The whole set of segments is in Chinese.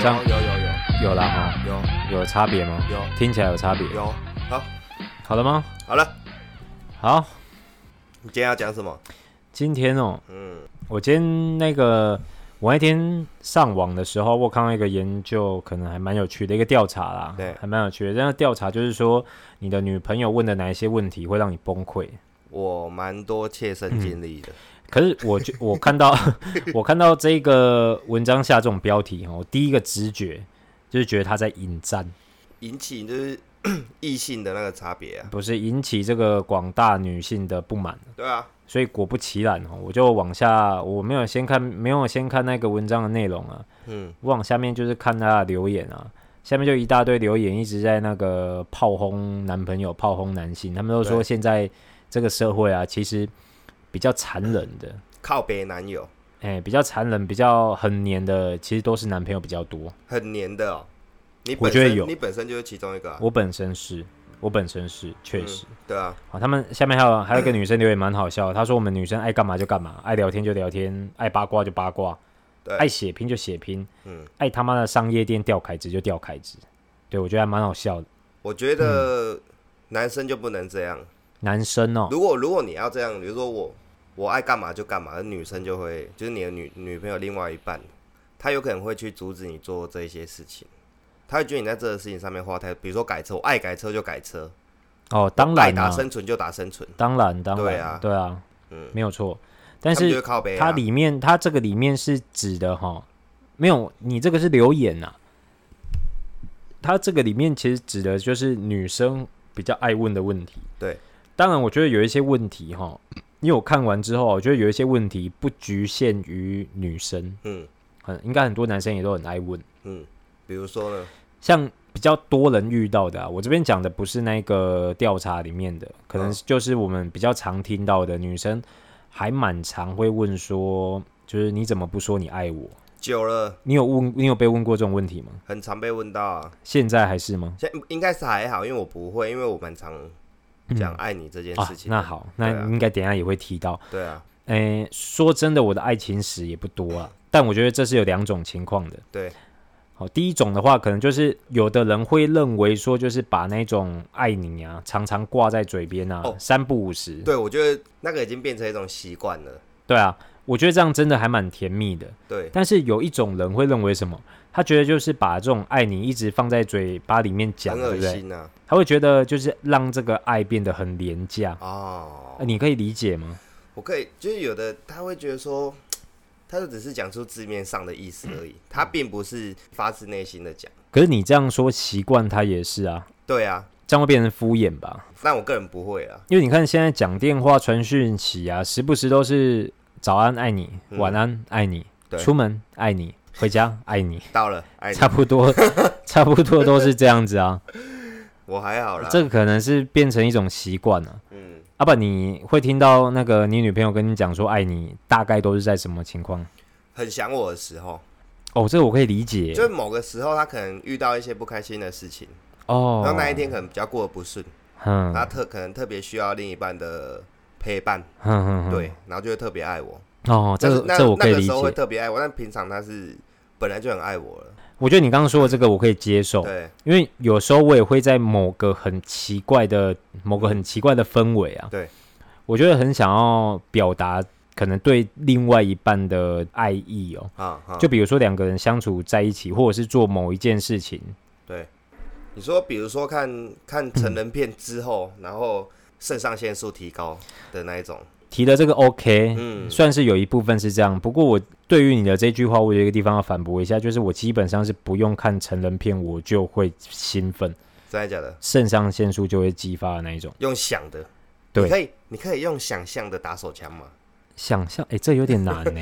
像有有有有了哈，有有差别吗？有听起来有差别。有，好，好了吗？好了，好，你今天要讲什么？今天哦，嗯，我今天那个我那天上网的时候，我看到一个研究，可能还蛮有趣的一个调查啦，对还蛮有趣的。这样调查就是说，你的女朋友问的哪一些问题会让你崩溃？我蛮多切身经历的，可是我 就我看到我看到这个文章下这种标题哦，我第一个直觉就是觉得他在引战，引起就是异性的那个差别啊。不是引起这个广大女性的不满。对啊，所以果不其然哦，我就往下，我没有先看，没有先看那个文章的内容啊，嗯，我往下面就是看他的留言啊，下面就一大堆留言一直在那个炮轰男朋友、炮轰男性，他们都说对现在这个社会啊，其实比较残忍的，靠北男友哎、比较残忍、比较很黏的，其实都是男朋友比较多。很黏的哦。你我本觉得身有你本身就是其中一个、啊。我本身是，我本身是，确实。对啊，好，他们下面还有还有一个女生留言蛮好笑的，她说我们女生爱干嘛就干嘛，爱聊天就聊天，爱八卦就八卦，对爱血拼就血拼，嗯，爱他妈的上夜店钓凯子就钓凯子，对我觉得还蛮好笑的。我觉嗯得男生就不能这样。男生哦，如果如果你要这样，比如说我我爱干嘛就干嘛，女生就会就是你的女女朋友另外一半，她有可能会去阻止你做这些事情，她会觉得你在这个事情上面花太，比如说改车，我爱改车就改车，哦，当爱然啦、打生存就打生存，当然，当然，对啊对啊，嗯没有错。但他们就是会靠背、啊，它里面，它这个里面是指的哈，没有，你这个是留言呐、它这个里面其实指的就是女生比较爱问的问题。对，当然，我觉得有一些问题哈，因为我看完之后，啊我觉得有一些问题不局限于女生，嗯很应该很多男生也都很爱问。嗯，比如说呢，像比较多人遇到的、啊，我这边讲的不是那个调查里面的，可能嗯就是我们比较常听到的女生还蛮常会问说，就是你怎么不说你爱我？久了你有问你有被问过这种问题吗？很常被问到啊，现在还是吗？现在应该是还好，因为我不会，因为我蛮常讲爱你这件啊事，情，那好，嗯对那啊应该等一下也会提到。对啊，诶、说真的，我的爱情史也不多啊，但我觉得这是有两种情况的。对，好，第一种的话，可能就是有的人会认为说，就是把那种爱你啊，常常挂在嘴边啊，哦三不五时。对我觉得那个已经变成一种习惯了，对啊，我觉得这样真的还蛮甜蜜的。对，但是有一种人会认为什么？他觉得就是把这种爱你一直放在嘴巴里面讲，很对恶不对？心啊，他会觉得就是让这个爱变得很廉价。哦。呃你可以理解吗？我可以，就是有的他会觉得说，他就只是讲出字面上的意思而已，他并不是发自内心的讲。可是你这样说习惯他也是啊，对啊，这样会变成敷衍吧？但我个人不会啊。因为你看现在讲电话、传讯息啊，时不时都是早安爱你，嗯晚安爱你，对出门爱你，回家 爱你，到了，哎，差 不多，差不多都是这样子啊。我还好啦。这个可能是变成一种习惯啊了、嗯，阿爸，你会听到那个你女朋友跟你讲说爱你，大概都是在什么情况？很想我的时候，哦，这个我可以理解就是某个时候他可能遇到一些不开心的事情，哦。然后那一天可啊能比较过得不顺，嗯，他哼特可能特别需要另一半的陪伴，哼哼，对，然后就会特别爱我。哦，嗯这但是个那这我可那以个理时候会解。特别爱我，但平常他是本来就很爱我了。我觉得你刚刚说的这个我可以接受，对，因为有时候我也会在某个很奇怪的某个很奇怪的氛围啊，对，我觉得很想要表达可能对另外一半的爱意哦。啊啊，就比如说两个人相处在一起，或者是做某一件事情，对，你说比如说看看嗯成人片之后，然后肾上腺素提高的那一种，提的这个 OK，嗯算是有一部分是这样。不过我对于你的这句话，我有一个地方要反驳一下，就是我基本上是不用看成人片，我就会兴奋，真的假的？肾上腺素就会激发的那一种。用想的，对你可以你可以用想象的打手枪嘛？想象，哎、这有点难 呢、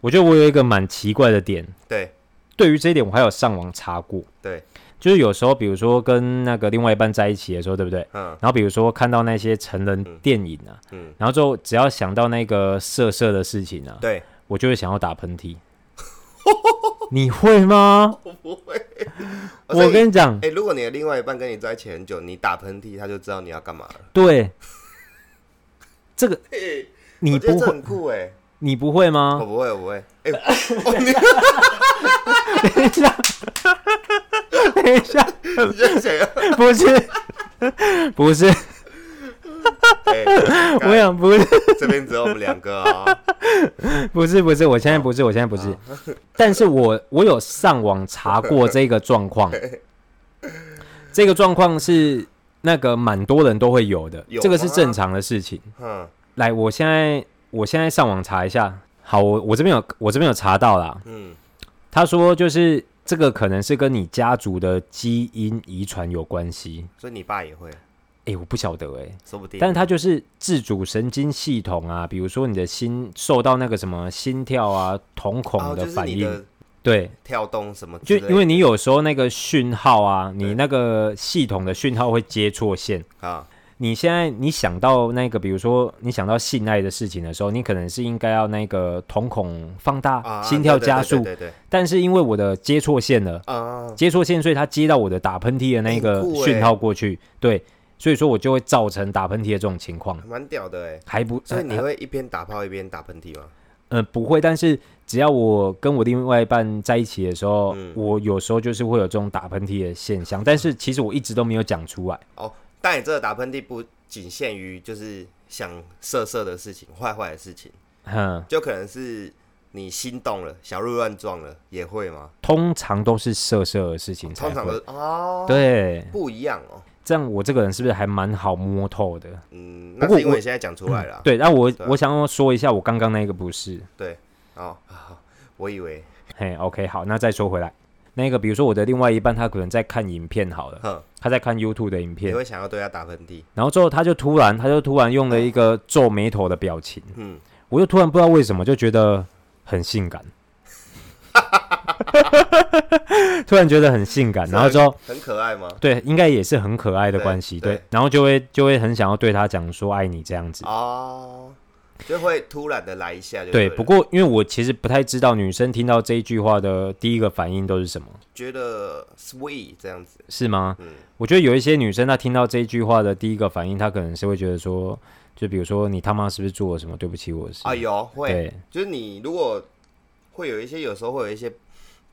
我觉得我有一个蛮奇怪的点，对对于这一点我还有上网查过，对，就是有时候比如说跟那个另外一半在一起的时候，对不对？嗯然后比如说看到那些成人电影啊，嗯，然后就只要想到那个色色的事情啊，对，我就会想要打 喷嚏。你会吗？哦所以我跟你讲，哎、如果你的另外一半跟你在一起很久，你打喷嚏，他就知道你要干嘛了。对，这个嘿你我觉得不这会，啊很酷哎、你不会我吗？不会，我不会。哎、 等一下， 等一下，你这样想要？不是，不是，哎、 我想不是，这边只有我们两个啊、不是，不是，我现在不是，我现在不是。但是我我有上网查过这个 状况，这个状况是那个蛮多人都会有的，有啊这个是吗正常的事情。嗯，来，我现在我现在上网查一下。好，我我这边有我这边有查到啦。嗯，他说就是这个可能是跟你家族的基因遗传有关系。所以你爸也会，诶，我不晓得诶，说不定。但是它就是自主神经系统啊，比如说你的心受到那个什么心跳啊、瞳哦，孔就是反你应，的对，跳动什么之就类的，因为你有时候那个讯号啊，你对那个系统的讯号会接错线。啊，你现在你想到那个，比如说你想到性爱的事情的时候，你可能是应该要那个瞳孔放大、啊心跳加速，对对对对对但是因为我的接错线了，啊，接错线，所以它接到我的打喷嚏的那个很酷欸讯号过去，对，所以说我就会造成打喷嚏的这种情况，蛮屌的哎。还不所以你呃会一边打炮一边打喷嚏吗？呃不会，但是只要我跟我另外一半在一起的时候，嗯我有时候就是会有这种打喷嚏的现象，但是其实我一直都没有讲出来，但你这个打喷嚏不仅限于就是想色色的事情、坏坏的事情，哼，就可能是你心动了、小鹿乱撞了，也会吗？通常都是色色的事情才通常都会，是哦，对，不一样哦。这样我这个人是不是还蛮好摸透的？嗯，不那过是因我嗯为你现在讲出来了啊。对，那我对啊我想要说一下，我刚刚那个不是，哦，好我以为，嘿，OK，好，那再说回来，那个比如说我的另外一半，他可能在看影片好了，哼，他在看 YouTube 的影你片，会想要对他打喷嚏？然后之后他就突然，他就突然用了一个皱眉头的表情，嗯，我就突然不知道为什么就觉得很性感， 突然觉得很性感，是然后之后嗯很可爱吗？对，应该也是很可爱的关系，对对对，然后就会就会很想要对他讲说爱你这样子。哦，就会突然的来一下就对，了不过因为我其实不太知道女生听到这一句话的第一个反应都是什么，觉得 sweet 这样子，是吗？嗯，我觉得有一些女生她听到这一句话的第一个反应，她可能是会觉得说，就比如说你他妈是不是做了什么对不起我的事？啊有会，对就是你如果会有一些，有时候会有一些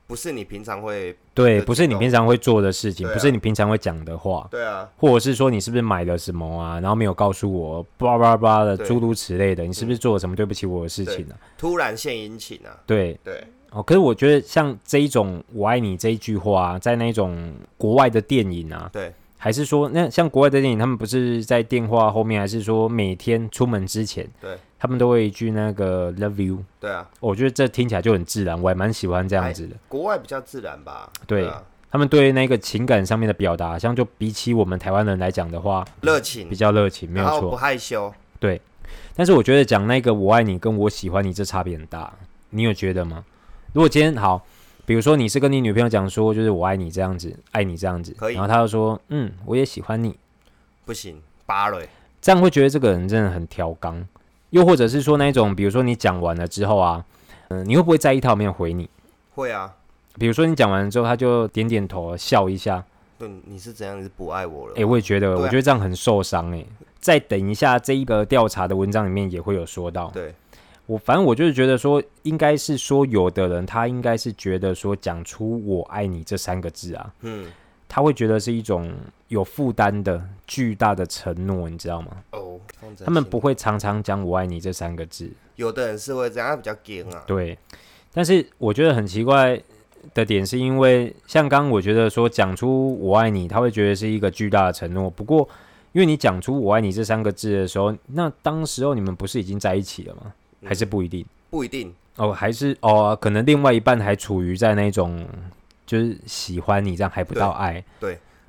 不是你平常会，对，的不是你举动平常会做的事情，对啊不是你平常会讲的话，对啊，或者是说你是不是买了什么啊，然后没有告诉我，叭叭叭的对嗯诸如此类的，你是不是做了什么对不起我的事情啊？突然献殷勤啊，对，对，哦，可是我觉得像这一种“我爱你”这一句话、啊，在那种国外的电影啊，对，还是说那像国外的电影，他们不是在电话后面，还是说每天出门之前，对，他们都会一句那个 “love you”，哦对啊，我觉得这听起来就很自然，我还蛮喜欢这样子的。国外比较自然吧，对啊，他们对那个情感上面的表达，像就比起我们台湾人来讲的话，热情比，较热情，没有嗯然后不错。害羞，对，但是我觉得讲那个“我爱你”跟“我喜欢你”这差别很大，你有觉得吗？如果今天好，比如说你是跟你女朋友讲说，就是我爱你这样子，爱你这样子，可以然后她就说，嗯，我也喜欢你，不行，芭蕾，这样会觉得这个人真的很挑刚。又或者是说那一种，比如说你讲完了之后啊，嗯、你会不会在意他有没有回你？会啊，比如说你讲完了之后，他就点点头笑一下，对，你是怎样？你是不爱我了？诶，我也觉得，对啊我觉得这样很受伤诶。再等一下，这一个调查的文章里面也会有说到。对，我反正我就是觉得说，应该是说有的人他应该是觉得说讲出“我爱你”这三个字啊，嗯，他会觉得是一种有负担的巨大的承诺，你知道吗？哦，放真他们心不会常常讲“我爱你”这三个字，有的人是会这样，他比较 g 啊，对。但是我觉得很奇怪的点是因为，像刚刚我觉得说讲出“我爱你”，他会觉得是一个巨大的承诺。不过，因为你讲出“我爱你”这三个字的时候，那当时候你们不是已经在一起了吗？还嗯是不一定？不一定，哦，还是哦，可能另外一半还处于在那种就是喜欢你这样还不到爱，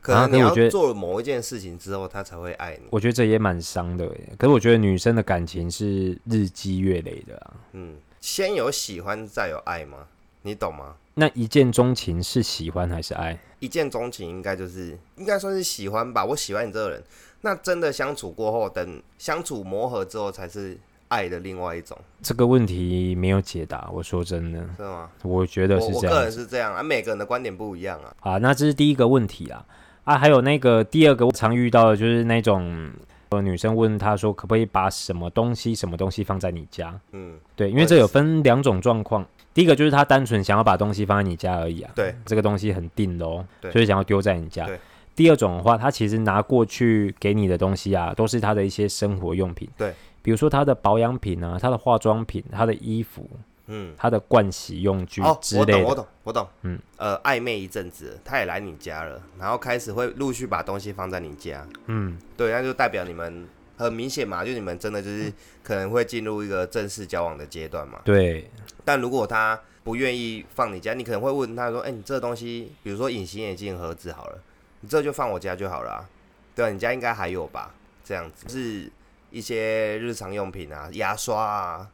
可啊能你可我要觉得做了某一件事情之后，他才会爱你。我觉得这也蛮伤的耶。可是我觉得女生的感情是日积月累的啊，嗯，先有喜欢，再有爱吗？你懂吗？那一见钟情是喜欢还是爱？一见钟情应该就是应该算是喜欢吧，我喜欢你这个人。那真的相处过后，等相处磨合之后，才是爱的另外一种，这个问题没有解答，我说真的，是吗？我觉得我是我这个样人是这样啊，每个人的观点不一样啊。啊。那这是第一个问题啊啊，还有那个第二个我常遇到的就是那种呃，女生问他说可不可以把什么东西什么东西放在你家？嗯，对，因为这有分两种状况，第一个就是他单纯想要把东西放在你家而已啊，对，这个东西很定的哦，对所以想要丢在你家对。第二种的话，他其实拿过去给你的东西啊，都是他的一些生活用品，对，比如说他的保养品啊，他的化妆品，他的衣服，嗯，他的盥洗用具哦，之我类懂，的。我懂，我懂，嗯嗯，呃，暧昧一阵子，他也来你家了，然后开始会陆续把东西放在你家，嗯，对，那就代表你们很明显嘛，就你们真的嗯就是可能会进入一个正式交往的阶段嘛。对，但如果他不愿意放你家，你可能会问他说：“哎、你这东西，比如说隐形眼镜盒子好了，你这就放我家就好了、啊，对啊，你家应该还有吧？”这样子是一些日常用品啊，牙刷啊，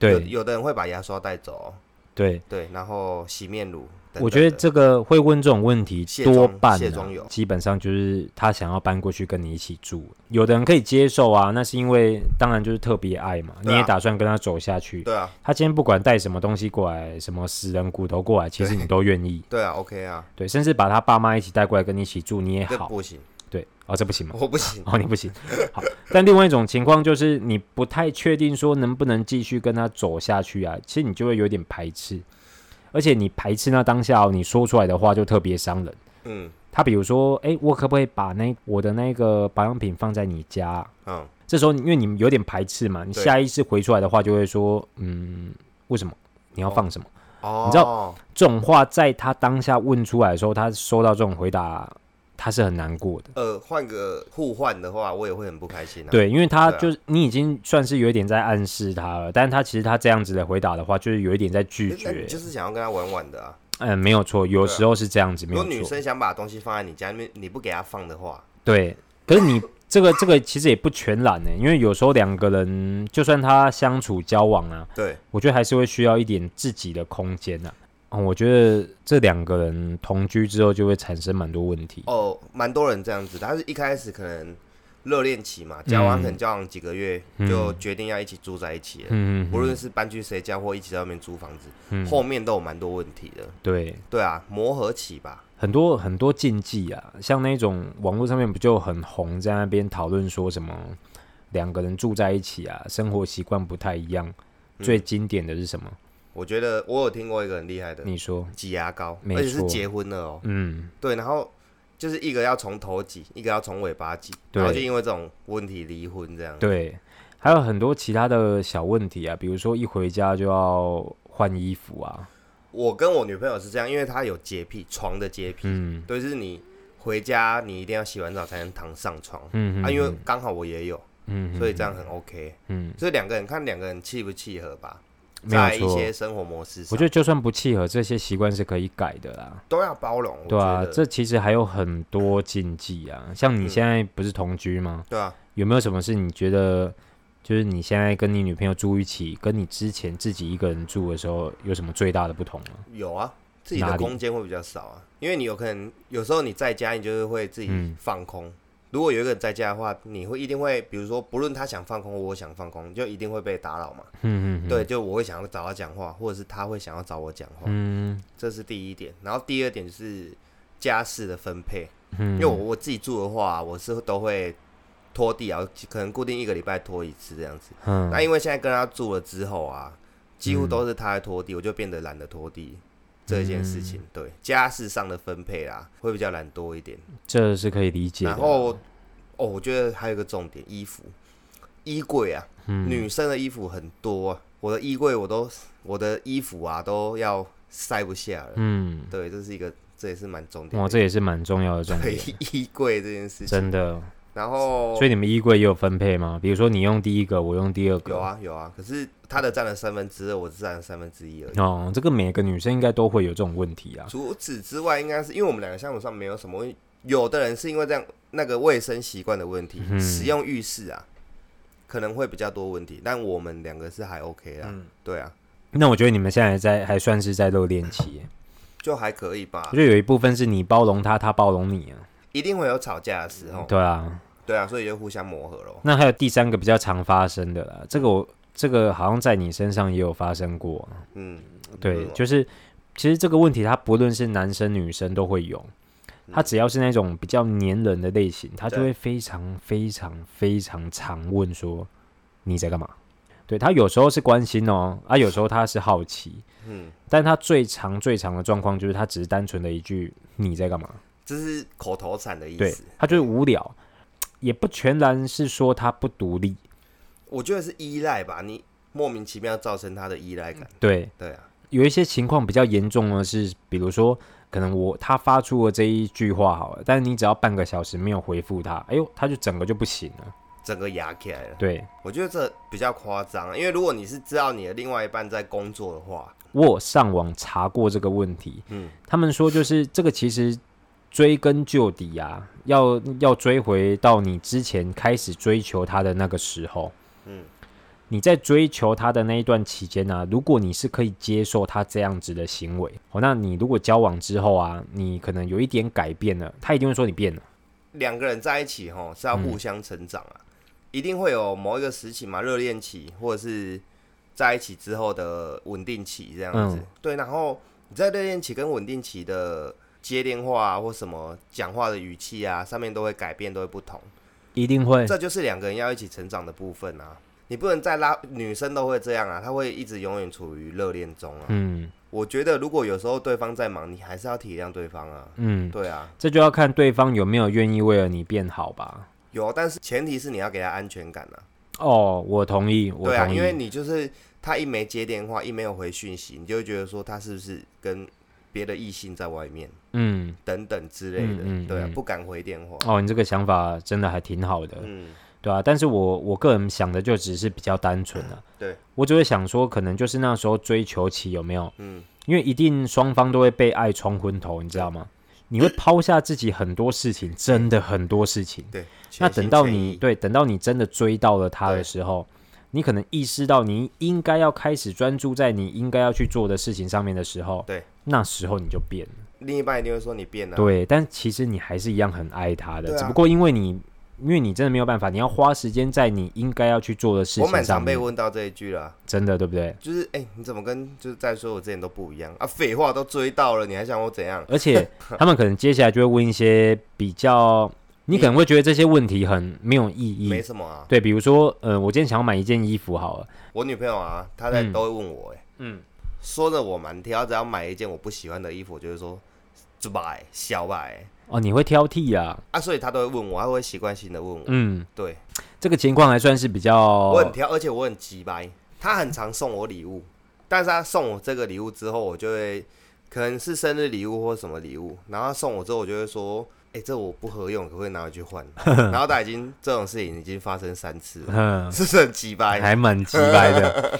有对，有的人会把牙刷带走，哦对，对，然后洗面乳等等的我觉得这个会问这种问题，卸妆多半、卸啊妆油、基本上就是他想要搬过去跟你一起住。有的人可以接受啊，那是因为当然就是特别爱嘛，你对啊也打算跟他走下去。对啊，他今天不管带什么东西过来，什么死人骨头过来，其实你都愿意。对啊，OK 啊，对，甚至把他爸妈一起带过来跟你一起住，你也这哎好。不行，对，哦，这不行吗？我不 行，哦，你不行。好，但另外一种情况就是你不太确定说能不能继续跟他走下去啊，其实你就会有点排斥，而且你排斥那当下、哦、你说出来的话就特别伤人。嗯他比如说，诶，我可不可以把那我的那个保养品放在你家啊、嗯，这时候你因为你有点排斥嘛，你对下意识回出来的话就会说，嗯，为什么你要放什么？哦，你知道这种话在他当下问出来的时候，他收到这种回答，他是很难过的。呃，换个互换的话，我也会很不开心啊。，对，因为他对啊就是、你已经算是有一点在暗示他了，但是他其实他这样子的回答的话，就是有一点在拒那绝你。就是想要跟他玩玩的啊。嗯，没有错，有对啊时候是这样子，没如果有女错。生想把东西放在你家里面，你不给她放的 话，对，可是你 这个这个其实也不全然呢、因为有时候两个人就算他相处交往啊，对，我觉得还是会需要一点自己的空间啊。嗯我觉得这两个人同居之后就会产生蛮多问题。哦，蛮多人这样子的，他是一开始可能热恋期嘛，交往嗯可能交往几个月、嗯就决定要一起住在一起了，嗯，无论是搬去谁家或一起在外面租房子，嗯后面都有蛮多问题的。对对啊，磨合期吧，很多很多禁忌啊，像那种网络上面不就很红，在那边讨论说什么两个人住在一起啊，生活习惯不太一样。嗯最经典的是什么？我觉得我有听过一个很厉害的你说，挤牙膏，嗯没而且是错结婚了哦、嗯，对，然后就是一个要从头挤，一个要从尾巴挤，对然后就因为这种问题离婚这样。对，还有很多其他的小问题啊，比如说一回家就要换衣服啊，我跟我女朋友是这样，因为她有洁癖，床的洁癖，嗯对，就是你回家你一定要洗完澡才能躺上床。嗯啊，因为刚好我也有，嗯所以这样很 OK。嗯，所以两个人看两个人契不契合吧，没有啊在一错。些生活模式上，我觉得就算不契合，这些习惯是可以改的啦。都要包容。我对啊觉，得嗯这其实还有很多禁忌啊，像你现在不是同居吗？对啊，有没有什么是你觉得，就是你现在跟你女朋友住一起，跟你之前自己一个人住的时候有什么最大的不同吗？有啊，自己哪的里空间会比较少啊，因为你有可能有时候你在家，你就是会自己嗯放空。如果有一个人在家的话，你会一定会，比如说，不论他想放空，我想放空，就一定会被打扰嘛。嗯嗯，对，，就我会想要找他讲话，或者是他会想要找我讲话，嗯这是第一点。然后第二点就是家事的分配，嗯，因为我我自己住的话，我是都会拖地啊，可能固定一个礼拜拖一次这样子。嗯那因为现在跟他住了之后啊，几乎都是他在拖地，我就变得懒得拖地这件事嗯情。对，家事上的分配啦，会比较懒多一点。这是可以理解的。然后哦，我觉得还有一个重点，衣服，衣柜啊，嗯女生的衣服很多啊，我的衣柜我都我的衣服啊都要塞不下了。嗯，对，这是一个，这也是蛮重点哇，的。这也是蛮重要的重对点，衣柜这件事情，真的。然后所以你们衣柜也有分配吗？比如说你用第一个，我用第二个。有。啊有啊，可是他的占了三分之二，我只占了三分之一而已。哦，这个每个女生应该都会有这种问题啊。除此之外，应该是因为我们两个项目上没有什么问，有的人是因为这样那个卫生习惯的问题，嗯使用浴室啊可能会比较多问题，但我们两个是还 OK 啦，嗯对啊，那我觉得你们现在还在还算是在热恋期耶，就还可以吧我，觉得有一部分是你包容他，他包容你啊。一定会有吵架的时候，对啊，对啊，所以就互相磨合咯。那还有第三个比较常发生的啦，这个我这个好像在你身上也有发生过，嗯，对，嗯就是其实这个问题它不论是男生女生都会有，他只要是那种比较黏人的类型，他嗯就对会非常非常非常常问说你在干嘛。对他有时候是关心哦，啊，有时候他是好奇，嗯，但他最常最常的状况就是他只是单纯的一句你在干嘛，这是口头禅的意对思。他就是无聊，也不全然是说他不独立，我觉得是依赖吧，你莫名其妙造成他的依赖感。对，对啊，有一些情况比较严重的是，比如说，可能我他发出了这一句话好了，但是你只要半个小时没有回复他，哎呦，他就整个就不行了。整个压起来了。对我觉得这比较夸张，啊因为如果你是知道你的另外一半在工作的话，我有上网查过这个问题，嗯，他们说就是这个其实追根究底啊，要要追回到你之前开始追求他的那个时候，嗯，你在追求他的那一段期间呢、啊，如果你是可以接受他这样子的行为，哦，那你如果交往之后啊，你可能有一点改变了，他一定会说你变了。两个人在一起吼是要互相成长啊，一定会有某一个时期嘛，热恋期或者是在一起之后的稳定期这样子。嗯对，然后你在热恋期跟稳定期的接电话啊或什么讲话的语气啊，上面都会改变，都会不同。一定会，这就是两个人要一起成长的部分啊。你不能再拉，女生都会这样啊，她会一直永远处于热恋中啊。嗯我觉得如果有时候对方在忙，你还是要体谅对方啊。嗯，对啊，这就要看对方有没有愿意为了你变好吧。有，但是前提是你要给他安全感啊。哦，我同意，我对啊，同因意，为你就是他一没接电话，一没有回讯息，你就会觉得说他是不是跟别的异性在外面嗯，等等之类的。嗯嗯对啊嗯，不敢回电话。哦，你这个想法真的还挺好的，嗯，对啊，但是我我个人想的就只是比较单纯了、嗯对，我只会想说，可能就是那时候追求期有没有，嗯，因为一定双方都会被爱冲昏头，你知道吗？你会抛下自己很多事情，真的很多事情。对。全那等心到全你意对，等到你真的追到了他的对时候，你可能意识到你应该要开始专注在你应该要去做的事情上面的时候，对，那时候你就变了，另一半一定会说你变了。啊对，但其实你还是一样很爱他的，对啊只不过因为你，因为你真的没有办法，你要花时间在你应该要去做的事我情蛮上常被面，问到这一句啦。真的对不对？就是哎、欸你怎么跟就是在说我之前都不一样啊？废话都追到了，你还想我怎样？而且他们可能接下来就会问一些比较，你可能会觉得这些问题很没有意没义，什么啊，对，比如说，呃，我今天想要买一件衣服好了，我女朋友啊，她在都会问我、欸，哎，嗯，说的我蛮挑，只要买一件我不喜欢的衣服，我就会说这买小买哦，你会挑剔啊，啊，所以她都会问我，她会习惯性的问我，嗯。哦对这个情况还算是比较我很挑，而且我很急掰，她很常送我礼物，但是她送我这个礼物之后，我就会可能是生日礼物或什么礼物，然后她送我之后，我就会说。哎、这我不合用，可不可以拿回去换？ 然后她已经这种事情已经发生三次了，嗯，是不是很鸡掰？还蛮直白 的。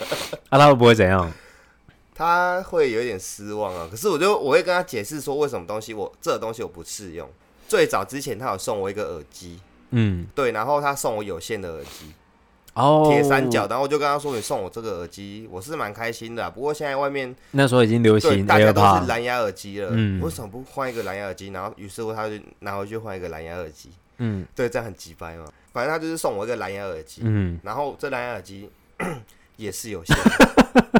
啊，他会不会怎样？他会有一点失望啊。可是我就我会跟他解释说，为什么东西我这个东西我不适用。最早之前他有送我一个耳机，嗯，对，然后他送我有线的耳机，哦，铁三角，然后我就跟他说，你送我这个耳机，我是蛮开心的啊、不过现在外面那时候已经流对行大家都是 AirPod，蓝牙耳机了，嗯为什么不换一个蓝牙耳机？然后于是乎他就拿回去换一个蓝牙耳机，嗯对，这样很鸡掰嘛。反正他就是送我一个蓝牙耳机，嗯，然后这蓝牙耳机 也是有线 的，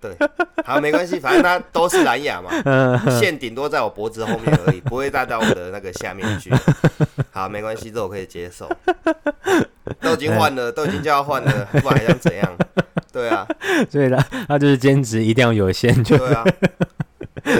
对，好没关系，反正它都是蓝牙 嘛，嗯线顶多在我脖子后面而已，不会带到我的那个下面去。好，没关系，这我可以接 受。都已经换嗯了，都已经叫他换了，不然还想怎样？对啊，所以他他就是坚持一定要 有线，就对啊，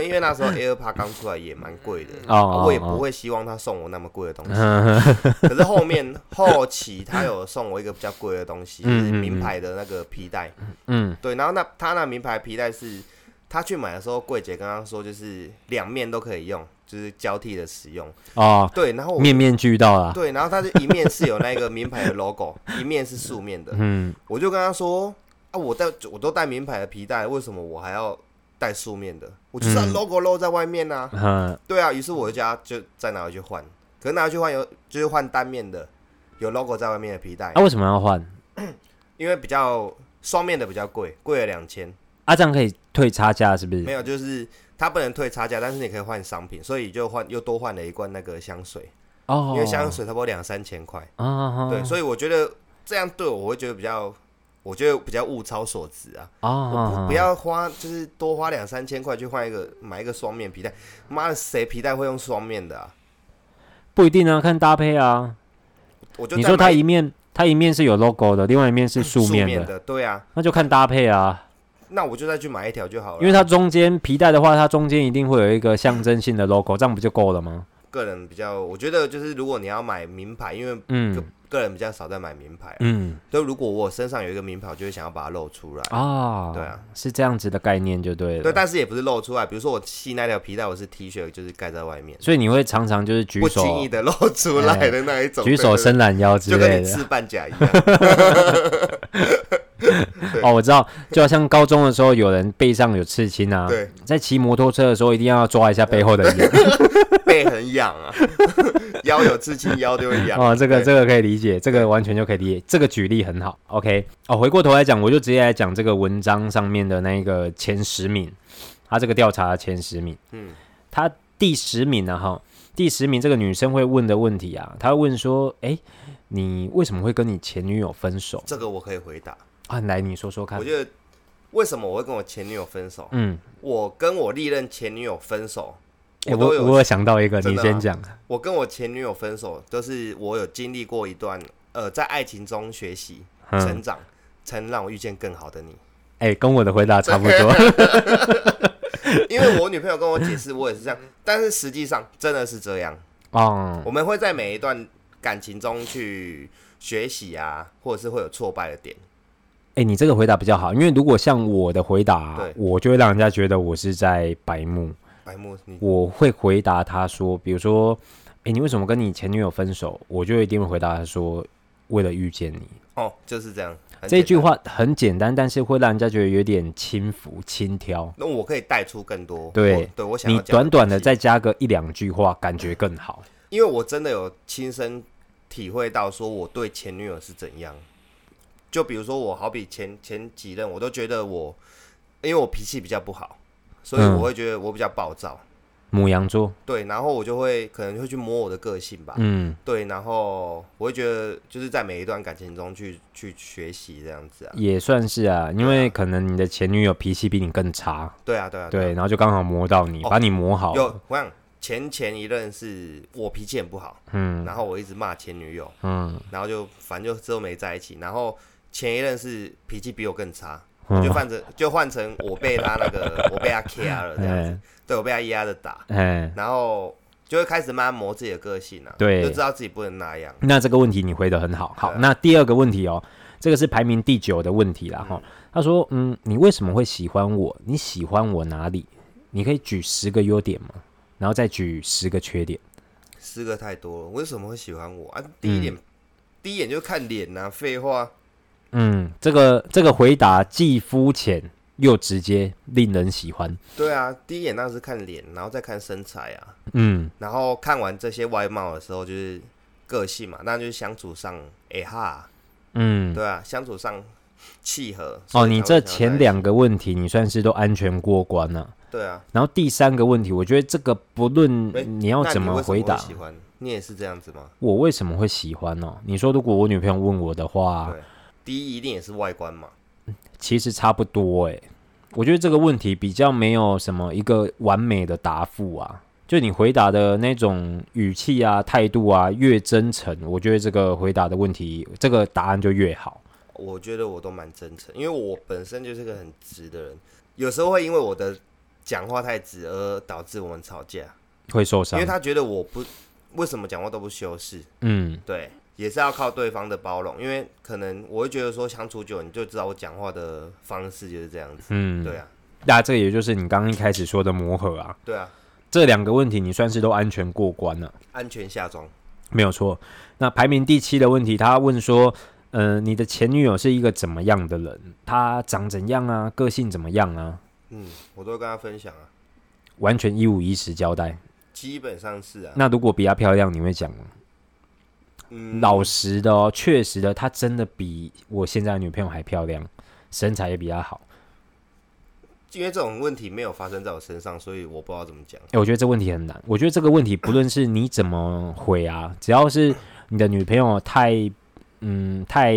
因为那时候 AirPod 刚出来也蛮贵的。哦哦，啊我也不哦，会希望他送我那么贵的东 西，嗯可是后面后期他有送我一个比较贵的东西，就是名牌的那个皮带，嗯对，然后那他那名牌皮带是他去买的时候，柜姐跟他说就是两面都可以用，就是交替的使用。哦，对，然后我面面俱到啦。对，然后他就一面是有那个名牌的 logo，一 面是素面的。嗯，我就跟他说啊，我带我都带名牌的皮带，为什么我还要带素面的？我就是要嗯 logo 露在外面啊。嗯，对啊，于是我就叫他就再拿回去换，可是拿回去换有就是换单面的，有 logo 在外面的皮带啊，，为什么要换？因为比较双面的比较贵，贵了两千。啊，这样可以退差价是不没是？有，就是它不能退差价，但是你可以换商品，所以就换又多换了一罐那个香水，哦，因为香水差不多两三千块，啊，对，所以我觉得这样对我我会觉得比较我觉得比较物超所值啊。我啊不不要花，就是多花两三千块去换一个买一个双面皮带。妈的，谁皮带会用双面的啊？不一定啊，看搭配啊。我就你再说它买一面它一面是有 logo 的，另外一面是素素面的，的，对啊，那就看搭配啊。那我就再去买一条就好了。啊因为它中间皮带的话，它中间一定会有一个象征性的 logo，这样不就够了吗？个人比较，我觉得就是如果你要买名牌，因为嗯个人比较少在买名牌、啊，嗯所以如果我身上有一个名牌，我就会想要把它露出来。啊，对啊，是这样子的概念就对了。啊对，但是也不是露出来，比如说我系那条皮带，我是 T 恤，就是盖在外面，所以你会常常就是举不手经意的露出来的那一种，举手对对对伸懒腰之就跟类你的。刺半甲一样。哦，我知道，就好像高中的时候有人背上有刺青啊， 对，在骑摩托车的时候一定要抓一下背后 的眼。背很痒啊， 腰有刺青，腰就会痒。哦，这个对这个可以理解，这个完全就可以理解，这个举例很好。OK，哦，回过头来讲，我就直接来讲这个文章上面的那个前十名，他这个调查的前十名，嗯，他第十名呢、哈，第十名这个女生会问的问题啊，她问说，哎，你为什么会跟你前女友分手这个我可以回答。啊？来，你说说看我。觉得为什么我会跟我前女友分手？嗯，我跟我历任前女友分手，诶我我都有我有想到一个，真你的先吗讲。我跟我前女友分手，都是我有经历过一段呃，在爱情中学习、成嗯，长，才能让我遇见更好的你。哎，跟我的回答差不 多。 因为我女朋友跟我解释，我也是这样，但是实际上真的是这样。哦，我们会在每一段感情中去学习啊，或者是会有挫败的点。哎，你这个回答比较好，因为如果像我的回答啊对，我就会让人家觉得我是在白目。白木，你我会回答他说，比如说，哎、你为什么跟你前女友分手？我就一定会回答他说，为了遇见你。哦，就是这样。很这一简句单，话很简单，但是会让人家觉得有点轻浮、轻佻。那我可以带出更多。对我对我想要你讲短短的东西，再加个一两句话，感觉更好。因为我真的有亲身体会到，说我对前女友是怎样。就比如说我，好比前前几任，我都觉得我，因为我脾气比较不好，所以嗯我会觉得我比较暴躁。母羊座，对，然后我就会可能会去磨我的个性吧。嗯，对，然后我会觉得就是在每一段感情中去去学习这样子啊。也算是啊，因为可能你的前女友脾气比你更差，对啊，对啊，对，啊。然后就刚好磨到你，哦把你磨好。有，我想前前一任是我脾气很不好，嗯然后我一直骂前女友，嗯然后就反正就之后没在一起。然后前一任是脾气比我更差，嗯就，换成就换成我被他那个我被他 K 了这样子 哎，对我被他压着打，哎，然后就会开始慢慢磨自己的个性啊，对就知道自己不能那样。那这个问题你回得很好。啊好，那第二个问题哦，这个是排名第九的问题啦哈。他说，嗯，你为什么会喜欢我？你喜欢我哪里？你可以举十个优点吗？然后再举十个缺点。诗歌太多了，为什么会喜欢我啊？第一点，第一眼就看脸呐、废话。嗯，这个这个回答既肤浅又直接，令人喜欢。对啊，第一眼当然是看脸，然后再看身材啊，嗯，然后看完这些外貌的时候，就是个性嘛，那就是相处上，哎、哈，嗯，对啊，相处上契合。所哦，以才你会这想要在前一两起个问题你算是都安全过关了、对啊，然后第三个问题，我觉得这个不论哎你要那怎你为什回会答，喜欢你也是这样子吗？我为什么会喜欢哦？你说如果我女朋友问我的话，对，第一一定也是外观嘛，其实差不多诶、我觉得这个问题比较没有什么一个完美的答复啊，就你回答的那种语气啊、态度啊越真诚，我觉得这个回答的问题，这个答案就越好。我觉得我都蛮真诚，因为我本身就是个很直的人，有时候会因为我的讲话太直而导致我们吵架。会受因伤为，他觉得我不为什么讲话都不修饰，嗯，对，也是要靠对方的包容，因为可能我会觉得说相处久你就知道我讲话的方式就是这样子，嗯对啊，那这也就是你刚刚一开始说的磨合啊，对啊，这两个问题你算是都安全过关了，安全下装，没有错。那排名第七的问题，他问说，呃，你的前女友是一个怎么样的人？她长怎样啊？个性怎么样啊？嗯，我都会跟他分享啊，完全一五一十交代。基本上是啊，那如果比她漂亮，你会讲吗？嗯，老实的哦，确实的，她真的比我现在的女朋友还漂亮，身材也比她好。因为这种问题没有发生在我身上，所以我不知道怎么讲，哎、我觉得这问题很难。我觉得这个问题不论是你怎么回啊，只要是你的女朋友太嗯太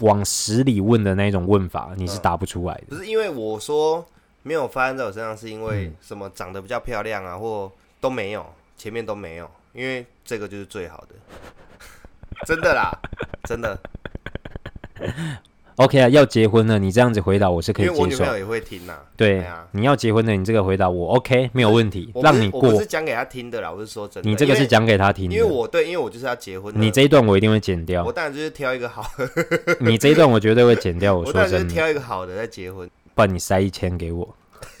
往死里问的那种问法，你是嗯答不出来的。不是因为我说没有发生在我身上，是因嗯为什么长得比较漂亮啊，或都没有，前面都没有，因为这个就是最好的，真的 啦，真的， OK 啊，要结婚了，你这样子回答我是可因以为我女接受朋。友也会听呐、对啊，你要结婚了，你这个回答我 OK 没有问题，我不是让你我不过是。讲给她听的啦，我是说真的，你这个是讲给他听因的为，因为我对，因为我就是要结婚的，你这一段我一定会剪掉我，当然就是挑一个好，你这一段我绝对会剪掉。我我说当然就是真的，挑一个好的再结婚，不然你塞一千给我。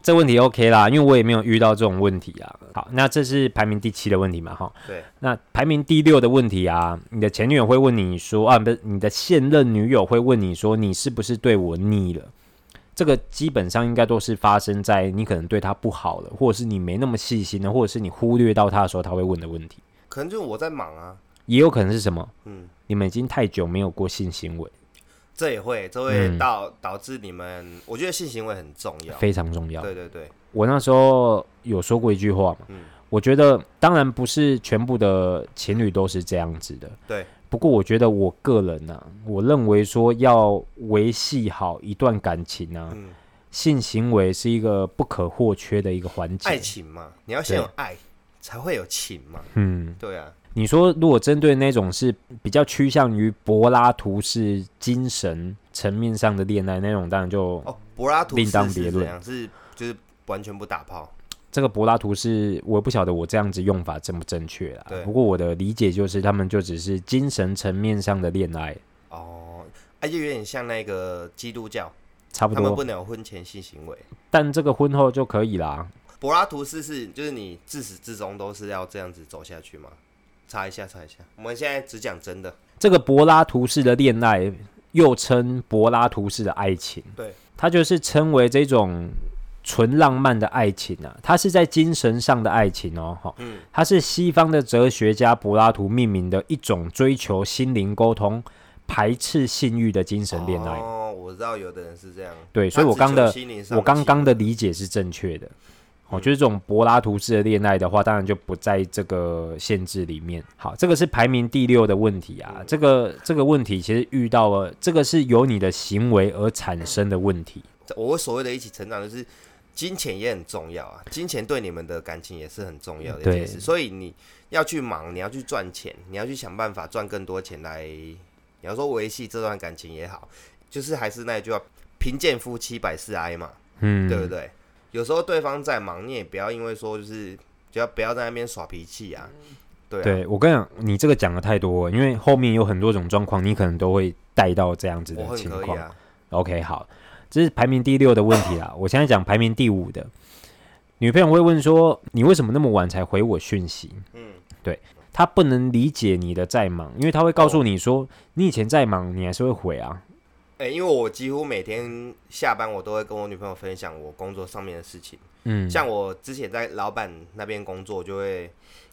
这问题 OK 啦，因为我也没有遇到这种问题啊。好，那这是排名第七的问题嘛，哈。对。那排名第六的问题啊，你的前女友会问你说啊，不是，你的现任女友会问你说，你是不是对我腻了？这个基本上应该都是发生在你可能对她不好了，或者是你没那么细心了，或者是你忽略到她的时候，她会问的问题。可能就是我在忙啊，也有可能是什么？嗯，你们已经太久没有过性行为，这也会，这会导导致你们，我觉得性行为很重要，嗯非常重要。对啊对对，我那时候有说过一句话嘛，嗯我觉得当然不是全部的情侣都是这样子的，对。不过我觉得我个人呢、我认为说要维系好一段感情啊，嗯性行为是一个不可或缺的一个环爱节。情嘛，你要先有爱，才会有情嘛，嗯，对啊，你说如果针对那种是比较趋向于柏拉图式精神层面上的恋爱那种，当然就哦，柏拉图另当式是别怎论样？是就是完全不打炮，这个柏拉图是我不晓得我这样子用法正不正确啦对。不过我的理解就是，他们就只是精神层面上的恋爱，哦，哎、就有点像那个基督教，差不他们多。不能有婚前性行为。但这个婚后就可以啦。柏拉图式是就是你自始至终都是要这样子走下去嘛？查一下，查一下，我们现在只讲真的，这个柏拉图式的恋爱，又称柏拉图式的爱情，对，它就是称为这种纯浪漫的爱情啊，它是在精神上的爱情哦，哈，嗯它是西方的哲学家柏拉图命名的一种追求心灵沟通、排斥性欲的精神恋爱。哦，我知道有的人是这样，对，所以我刚他的只求心灵上嗯我刚刚的的理解是正确的。哦，就是这种柏拉图式的恋爱的话，当然就不在这个限制里面。好，这个是排名第六的问题嗯啊。这个这个问题其实遇到了，这个是由你的行为而产生的问题。情我所谓的一起成长就是。金钱也很重要啊，金钱对你们的感情也是很重要的一件事，对所以你要去忙，你要去赚钱，你要去想办法赚更多钱来，你要说维系这段感情也好，就是还是那一句话，贫贱夫妻百事哀嘛，嗯，对不对？有时候对方在忙，你也不要因为说就是，就要不要在那边耍脾气啊。对啊，对我跟你讲，你这个讲的太多了，因为后面有很多种状况，你可能都会带到这样子的我很情可况。以啊。 OK，好，这是排名第六的问题啦。我现在讲排名第五的，女朋友会问说：“你为什么那么晚才回我讯息？”嗯，对，她不能理解你的在忙，因为她会告诉你说：“你以前在忙，你还是会回啊。哎、因为我几乎每天下班，我都会跟我女朋友分享我工作上面的事情。”嗯像我之前在老板那边工作，就会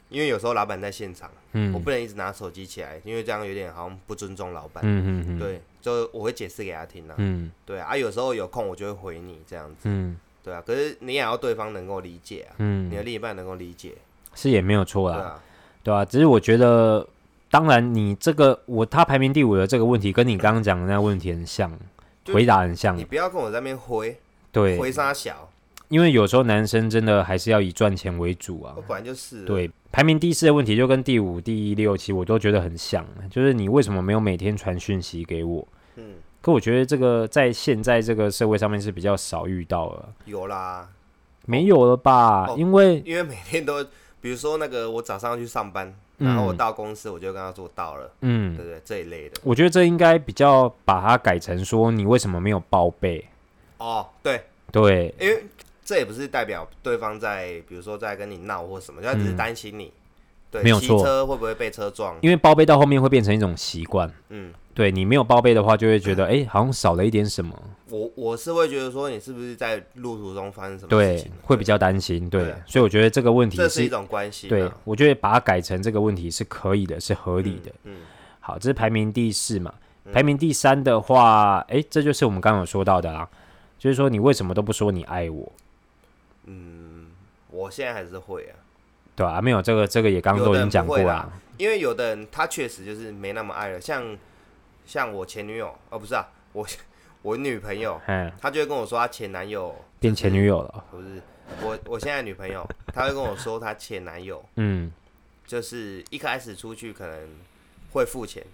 因为有时候老板在现场，我嗯不能一直拿手机起来，因为这样有点好像不尊重老板。嗯嗯嗯，对，就我会解释给他听啊。嗯对啊，啊有时候有空我就会回你这样子。嗯对啊，可是你也要对方能够理解啊，你的嗯，另一半能够理解。是也没有错对啦，啊，对吧、只是我觉得，当然你这个我她排名第五的这个问题，跟你刚刚讲的那个问题很像，就回答很像你，不要跟我在那边挥嗯对，挥沙小，因为有时候男生真的还是要以赚钱为主啊我。本来就是了，对，排名第四的问题就跟第五、第六期我都觉得很像，就是你为什么没有每天传讯息给我？嗯，可我觉得这个在现在这个社会上面是比较少遇到了，有啦，没有了吧？哦因为因为每天都，比如说那个我早上去上班，嗯然后我到公司我就跟他说到了，对嗯不，对？这一类的，我觉得这应该比较把它改成说你为什么没有报备？哦，对，对，因为这也不是代表对方在，比如说在跟你闹或什么，他只是嗯担心你，对，没有骑错车会不会被车撞？因为报备到后面会变成一种习惯，嗯，对你没有报备的话，就会觉得诶，好像少了一点什么。我我是会觉得说你是不是在路途中发生什么事对情了，？会比较担心，对，对啊所以我觉得这个问题这是是一种关系嘛，对，我觉得把它改成这个问题是可以的，是合理的。嗯，嗯，好，这是排名第四嘛？嗯排名第三的话，诶，这就是我们刚刚有说到的啦，就是说你为什么都不说你爱我，我现在还是会啊。对吧、啊？没有这个，这个也刚刚都已经讲过有的人不会啦啦。因为有的人他确实就是没那么爱了，像像我前女友，哦不是啊，我我女朋友，哎，她就会跟我说她前男友变前女友了，不是我我现在的女朋友，她会跟我说她前男友嗯，就是一开始出去可能会付钱，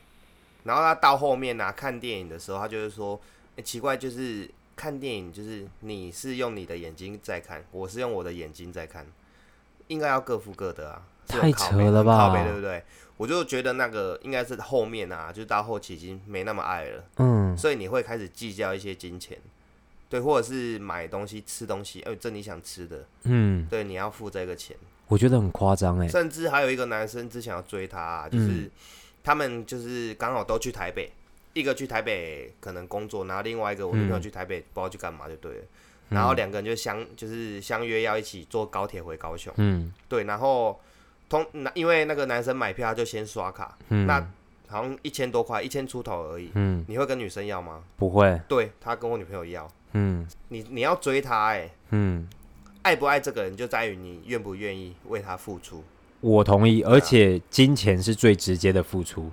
然后他到后面呢、看电影的时候，他就会说、欸奇怪，就是看电影就是你是用你的眼睛在看，我是用我的眼睛在看，应该要各付各的啊。是很太靠扯北了很靠北吧对不对？我就觉得那个应该是后面啊，就到后期已经没那么爱了，嗯，所以你会开始计较一些金钱，对，或者是买东西、吃东西，哎、这你想吃的，嗯，对，你要付这个钱。我觉得很夸张哎，甚至还有一个男生之前要追她、啊就是、嗯他们就是刚好都去台北，一个去台北可能工作，然后另外一个我女朋友去台北、不知道去干嘛就对了，嗯然后两个人就相就是相约要一起坐高铁回高雄，嗯对，然后通那因为那个男生买票他就先刷卡，嗯，那好像一千多块，一千出头而已，嗯你会跟女生要吗？不会，对他跟我女朋友要，嗯你你要追她哎、嗯，爱不爱这个人就在于你愿不愿意为他付出，我同意，啊而且金钱是最直接的付出，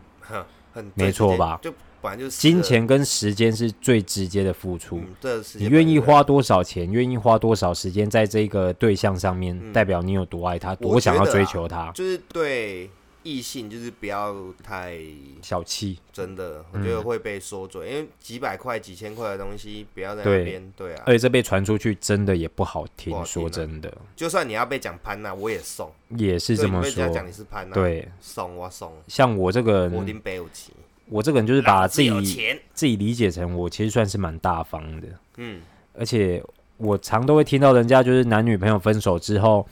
很没错吧就本来就是死金了钱跟时间是最直接的付出。嗯，这个世界你本来愿意就这样花多少钱，愿意花多少时间在这个对象上面，嗯代表你有多爱他，多想要啊追求他。就是对异性就是不要太小气，真的，我嗯觉得会被说嘴，因为几百块、几千块的东西不要在那对哎边，对啊而，且这被传出去真的也不好听。不好听啊说真的，就算你要被讲潘娜，我也送，也是对这你么被人家说。讲你是潘娜，，对，送我送，像我这个我人，拎北有钱，我这个人就是老把子自己有钱，自己理解成我其实算是蛮大方的，嗯，而且我常都会听到人家就是男女朋友分手之后，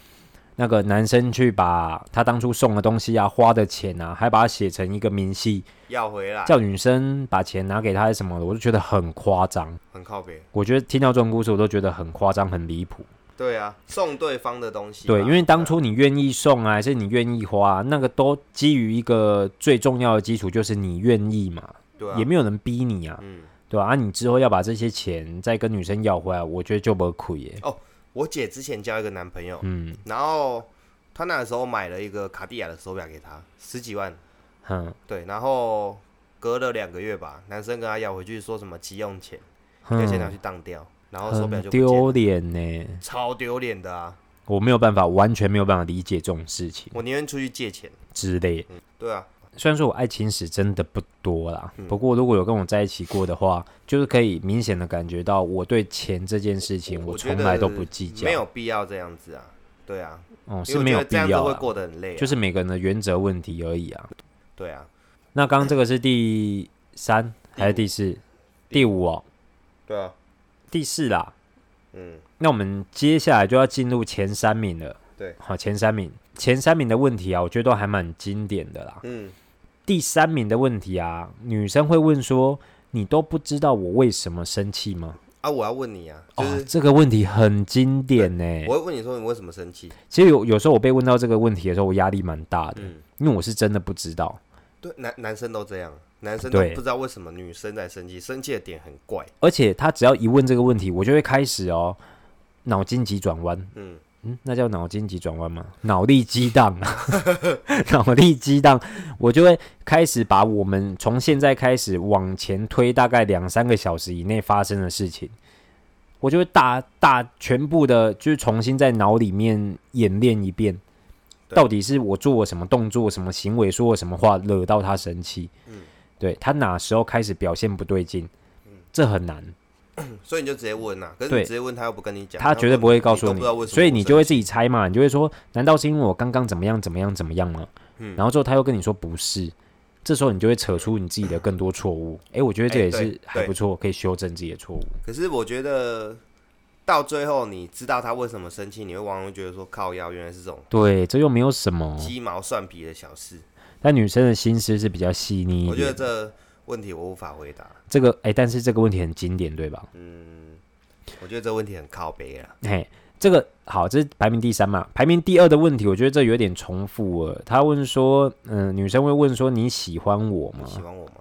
那个男生去把他当初送的东西啊、花的钱啊，还把它写成一个明细，要回来，叫女生把钱拿给他还是什么的，我就觉得很夸张。很靠边，我觉得听到这种故事，我都觉得很夸张、很离谱。对啊，送对啊方的东西嘛，对，因为当初你愿意送啊，还是你愿意花啊、那个都基于一个最重要的基础，就是你愿意嘛，对啊也，没有人逼你啊，嗯，对吧、啊？你之后要把这些钱再跟女生要回来，我觉得就不亏耶。我姐之前交一个男朋友，嗯然后她那时候买了一个卡地亚的手表给她，十几万。哼对，然后隔了两个月吧，男生跟他要回去说什么急用钱，要钱拿哼，去当掉，然后手表嗯很就不见了丢脸呢，超丢脸的啊！我没有办法，完全没有办法理解这种事情我宁愿出去借钱。之类的对啊，虽然说我爱情史真的不多啦，嗯不过如果有跟我在一起过的话，就是可以明显的感觉到我对钱这件事情，我觉从得来都不计较，没有必要这样子啊。对啊，哦、因为是我没觉有得必这样子要会啦、过得很累、啊。就是每个人的原则问题而已啊。对啊，那刚刚这个是第三还是第四？第五哦，对啊，第四啦。嗯，那我们接下来就要进入前三名了。对好，前三名，前三名的问题啊，我觉得都还蛮经典的啦。嗯，第三名的问题啊，女生会问说：“你都不知道我为什么生气吗？”啊，我要问你啊，就哦哎是，这个问题很经典呢、我会问你说你为什么生气？其实有有时候我被问到这个问题的时候，我压力蛮大的，嗯因为我是真的不知道，对，男男生都这样，男生都对不知道为什么女生在生气，生气的点很怪。而且他只要一问这个问题，我就会开始哦，脑筋急转弯。嗯，嗯，那叫脑筋急转弯吗？脑力激荡 啊，脑力激荡，我就会开始把我们从现在开始往前推大概两三个小时以内发生的事情，我就会大大全部的，就是重新在脑里面演练一遍，对到底是我做了什么动作、什么行为、说了什么话惹到他生气，嗯对他哪时候开始表现不对劲，这很难。所以你就直接问呐、啊，可是你对直接问他又不跟你讲，他绝对不会告诉你都不知道为什么我生气，所以你就会自己猜嘛，你就会说，难道是因为我刚刚怎么样怎么样怎么样吗？嗯然后之后他又跟你说不是，这时候你就会扯出你自己的更多错误。诶，我觉得这哎也对是还对不错，可以修正自己的错误。可是我觉得到最后，你知道他为什么生气，你会往往会觉得说靠腰，原来是这种对，这又没有什么。鸡毛蒜皮的小事。但女生的心思是比较细腻一我觉得点，这问题我无法回答。这个诶，但是这个问题很经典，对吧？嗯，我觉得这问题很靠背啊。嘿，这个好，这是排名第三嘛。排名第二的问题，我觉得这有点重复了。他问说，嗯、女生会问说你喜欢我吗你？喜欢我吗？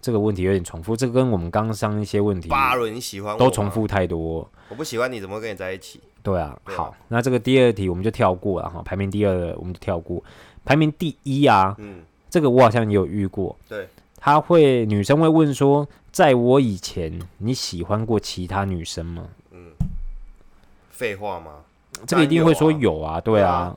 这个问题有点重复，这跟我们刚上一些问题巴伦，你喜欢我吗都重。复太多。我不喜欢你，怎么会跟你在一起？对啊，对啊好，那这个第二题我们就跳过了哈，排名第二的我们就跳过。排名第一啊，嗯，这个我好像也有遇过，对，他会女生会问说，在我以前你喜欢过其他女生吗？废话吗？这个一定会说当然有啊，对对啊啊。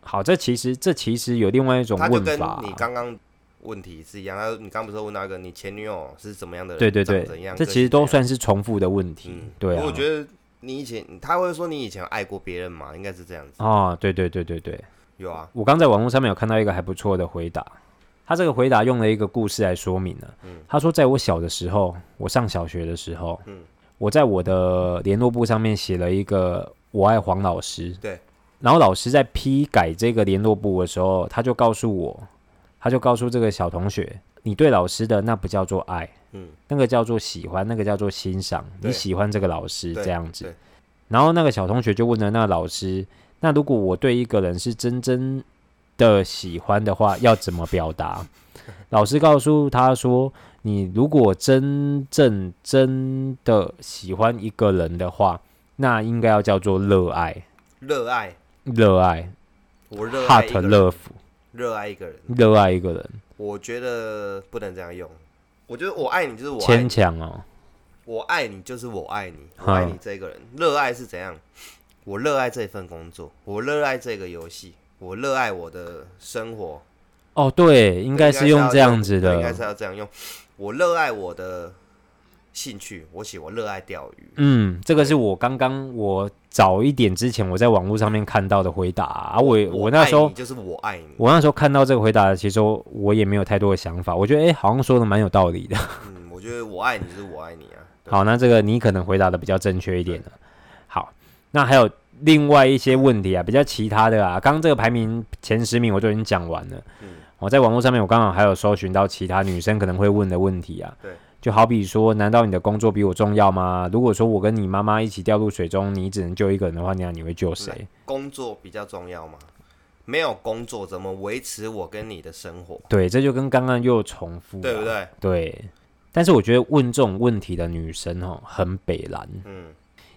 好，这其实这其实有另外一种他就问跟法你啊，刚刚问题是一样，他你刚不是问那个你前女友是怎么样的人，对对长怎对样，这个其实性怎都样算是重复的问题嗯，，对啊我。觉得你以前他会说你以前有爱过别人嘛，应该是这样子，啊，对对对对对，有啊，我刚在网络上面有看到一个还不错的回答，他这个回答用了一个故事来说明了。他说，在我小的时候，我上小学的时候，嗯我在我的联络簿上面写了一个“我爱黄老师”。对。然后老师在批改这个联络簿的时候，他就告诉我，他就告诉这个小同学，你对老师的那不叫做爱，嗯，那个叫做喜欢，那个叫做欣赏。你对喜欢这个老师对这样子对。然后那个小同学就问了那个老师：“那如果我对一个人是真真的喜欢的话，要怎么表 达？”老师告诉他说：“你如果真正真的喜欢一个人的话，那应该要叫做热爱，热爱，热爱我热爱一，heart 个人， love，热爱一个人，热爱一个人，我觉得不能这样用，我觉得我爱你就是我爱牵你，强哦，我爱你就是我爱你，嗯我爱你这个人，热爱是怎样？我热爱这份工作，我热爱这个游戏，我热爱我的生活，哦，对，应该是用这样子对应该的是，要这样用。我热爱我的兴趣，我喜我热爱钓鱼，嗯，这个是我刚刚我早一点之前我在网络上面看到的回答啊，我我那爱时候你就是我爱你，我那时候看到这个回答，其实我我也没有太多的想法，我觉得诶，好像说的蛮有道理的。嗯，我觉得我爱你就是我爱你啊。对，好，那这个你可能回答的比较正确一点了。好，那还有另外一些问题啊，比较其他的啊，刚刚这个排名前十名我都已经讲完了。嗯我在网络上面，我刚好还有搜寻到其他女生可能会问的问题啊。对，就好比说，难道你的工作比我重要吗？如果说我跟你妈妈一起掉入水中，你只能救一个人的话，那你会救谁？工作比较重要吗？没有工作怎么维持我跟你的生活？对，这就跟刚刚又重复、啊对不？对？对。但是我觉得问这种问题的女生哦，很北蓝。嗯，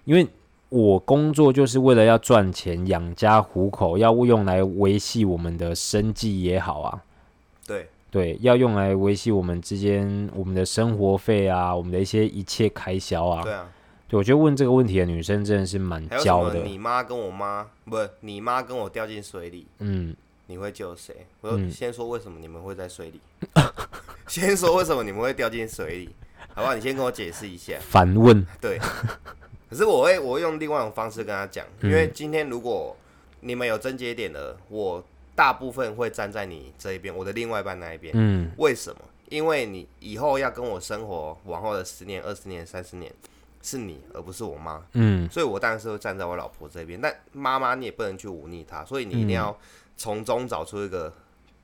因为我工作就是为了要赚钱养家糊口，要用来维系我们的生计也好啊，对，对，要用来维系我们之间我们的生活费啊，我们的一些一切开销啊。对啊。对，我觉得问这个问题的女生真的是蛮还有什娇么？的，你妈跟我妈不，你妈跟我掉进水里，嗯，你会救谁？我说先说为什么你们会在水里， 先说为什么你们会掉进水里，好不好？你先跟我解释一下。反问，对，可是我会我会用另外一种方式跟他讲，因为今天如果你们有症结点了，我大部分会站在你这一边，我的另外一半那一边。嗯，为什么？因为你以后要跟我生活，往后的十年、二十年、三十年，是你而不是我妈，嗯，所以我当然是会站在我老婆这边。但妈妈你也不能去忤逆她，所以你一嗯定要从中找出一个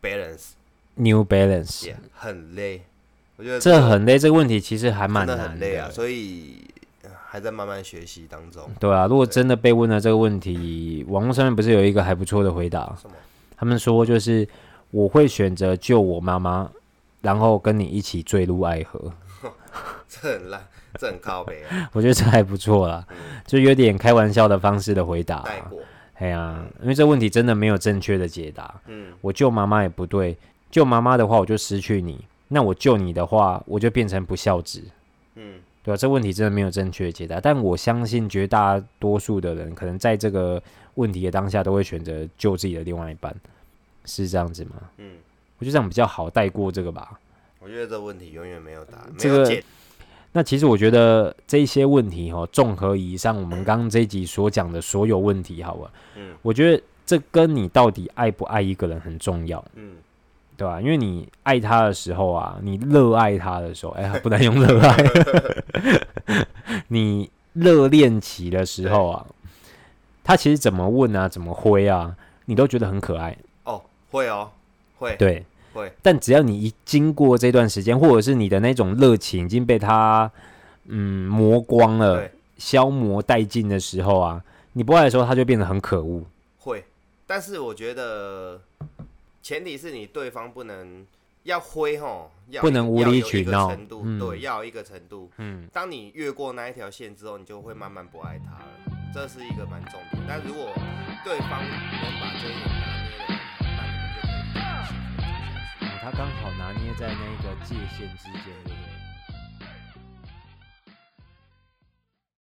balance， ，New Balance，也、很累。我觉得这很累，这个问题其实还蛮真难的很累啊，所以呃还在慢慢学习当中。对啊，如果真的被问了这个问题，网络上面不是有一个还不错的回答？什么他们说就是我会选择救我妈妈，然后跟你一起坠入爱河。这很烂，这很靠北 啊，我觉得这还不错啦，就有点开玩笑的方式的回答、嗯带过。哎呀，因为这问题真的没有正确的解答。嗯，我救妈妈也不对，救妈妈的话我就失去你，那我救你的话我就变成不孝子。嗯，对啊吧、这问题真的没有正确的解答，但我相信绝大多数的人可能在这个问题的当下都会选择救自己的另外一半，是这样子吗？嗯，我觉得这样比较好带过这个吧。我觉得这问题永远没有答，案，没这有个解。那其实我觉得这一些问题哦，综合以上我们刚刚这一集所讲的所有问题，好了，嗯我觉得这跟你到底爱不爱一个人很重要，嗯，对吧、因为你爱他的时候啊，你热爱他的时候，哎呀，不能用热爱， 你热恋期的时候啊，他其实怎么问啊，怎么挥啊，你都觉得很可爱，哦，会哦，会对。会，但只要你一经过这段时间，或者是你的那种热情已经被他嗯磨光了，对消磨殆尽的时候啊，你不爱的时候，他就变得很可恶。会。但是我觉得前提是你对方不能要挥吼，要不能无要理有一取个闹程度嗯对，要有一个程度。嗯，当你越过那一条线之后，你就会慢慢不爱他了，这是一个蛮重点。但如果哦对方能把这一点拿捏的，那你们就可以一起幸福地走下去。他刚好拿捏在那个界限之间，对不对？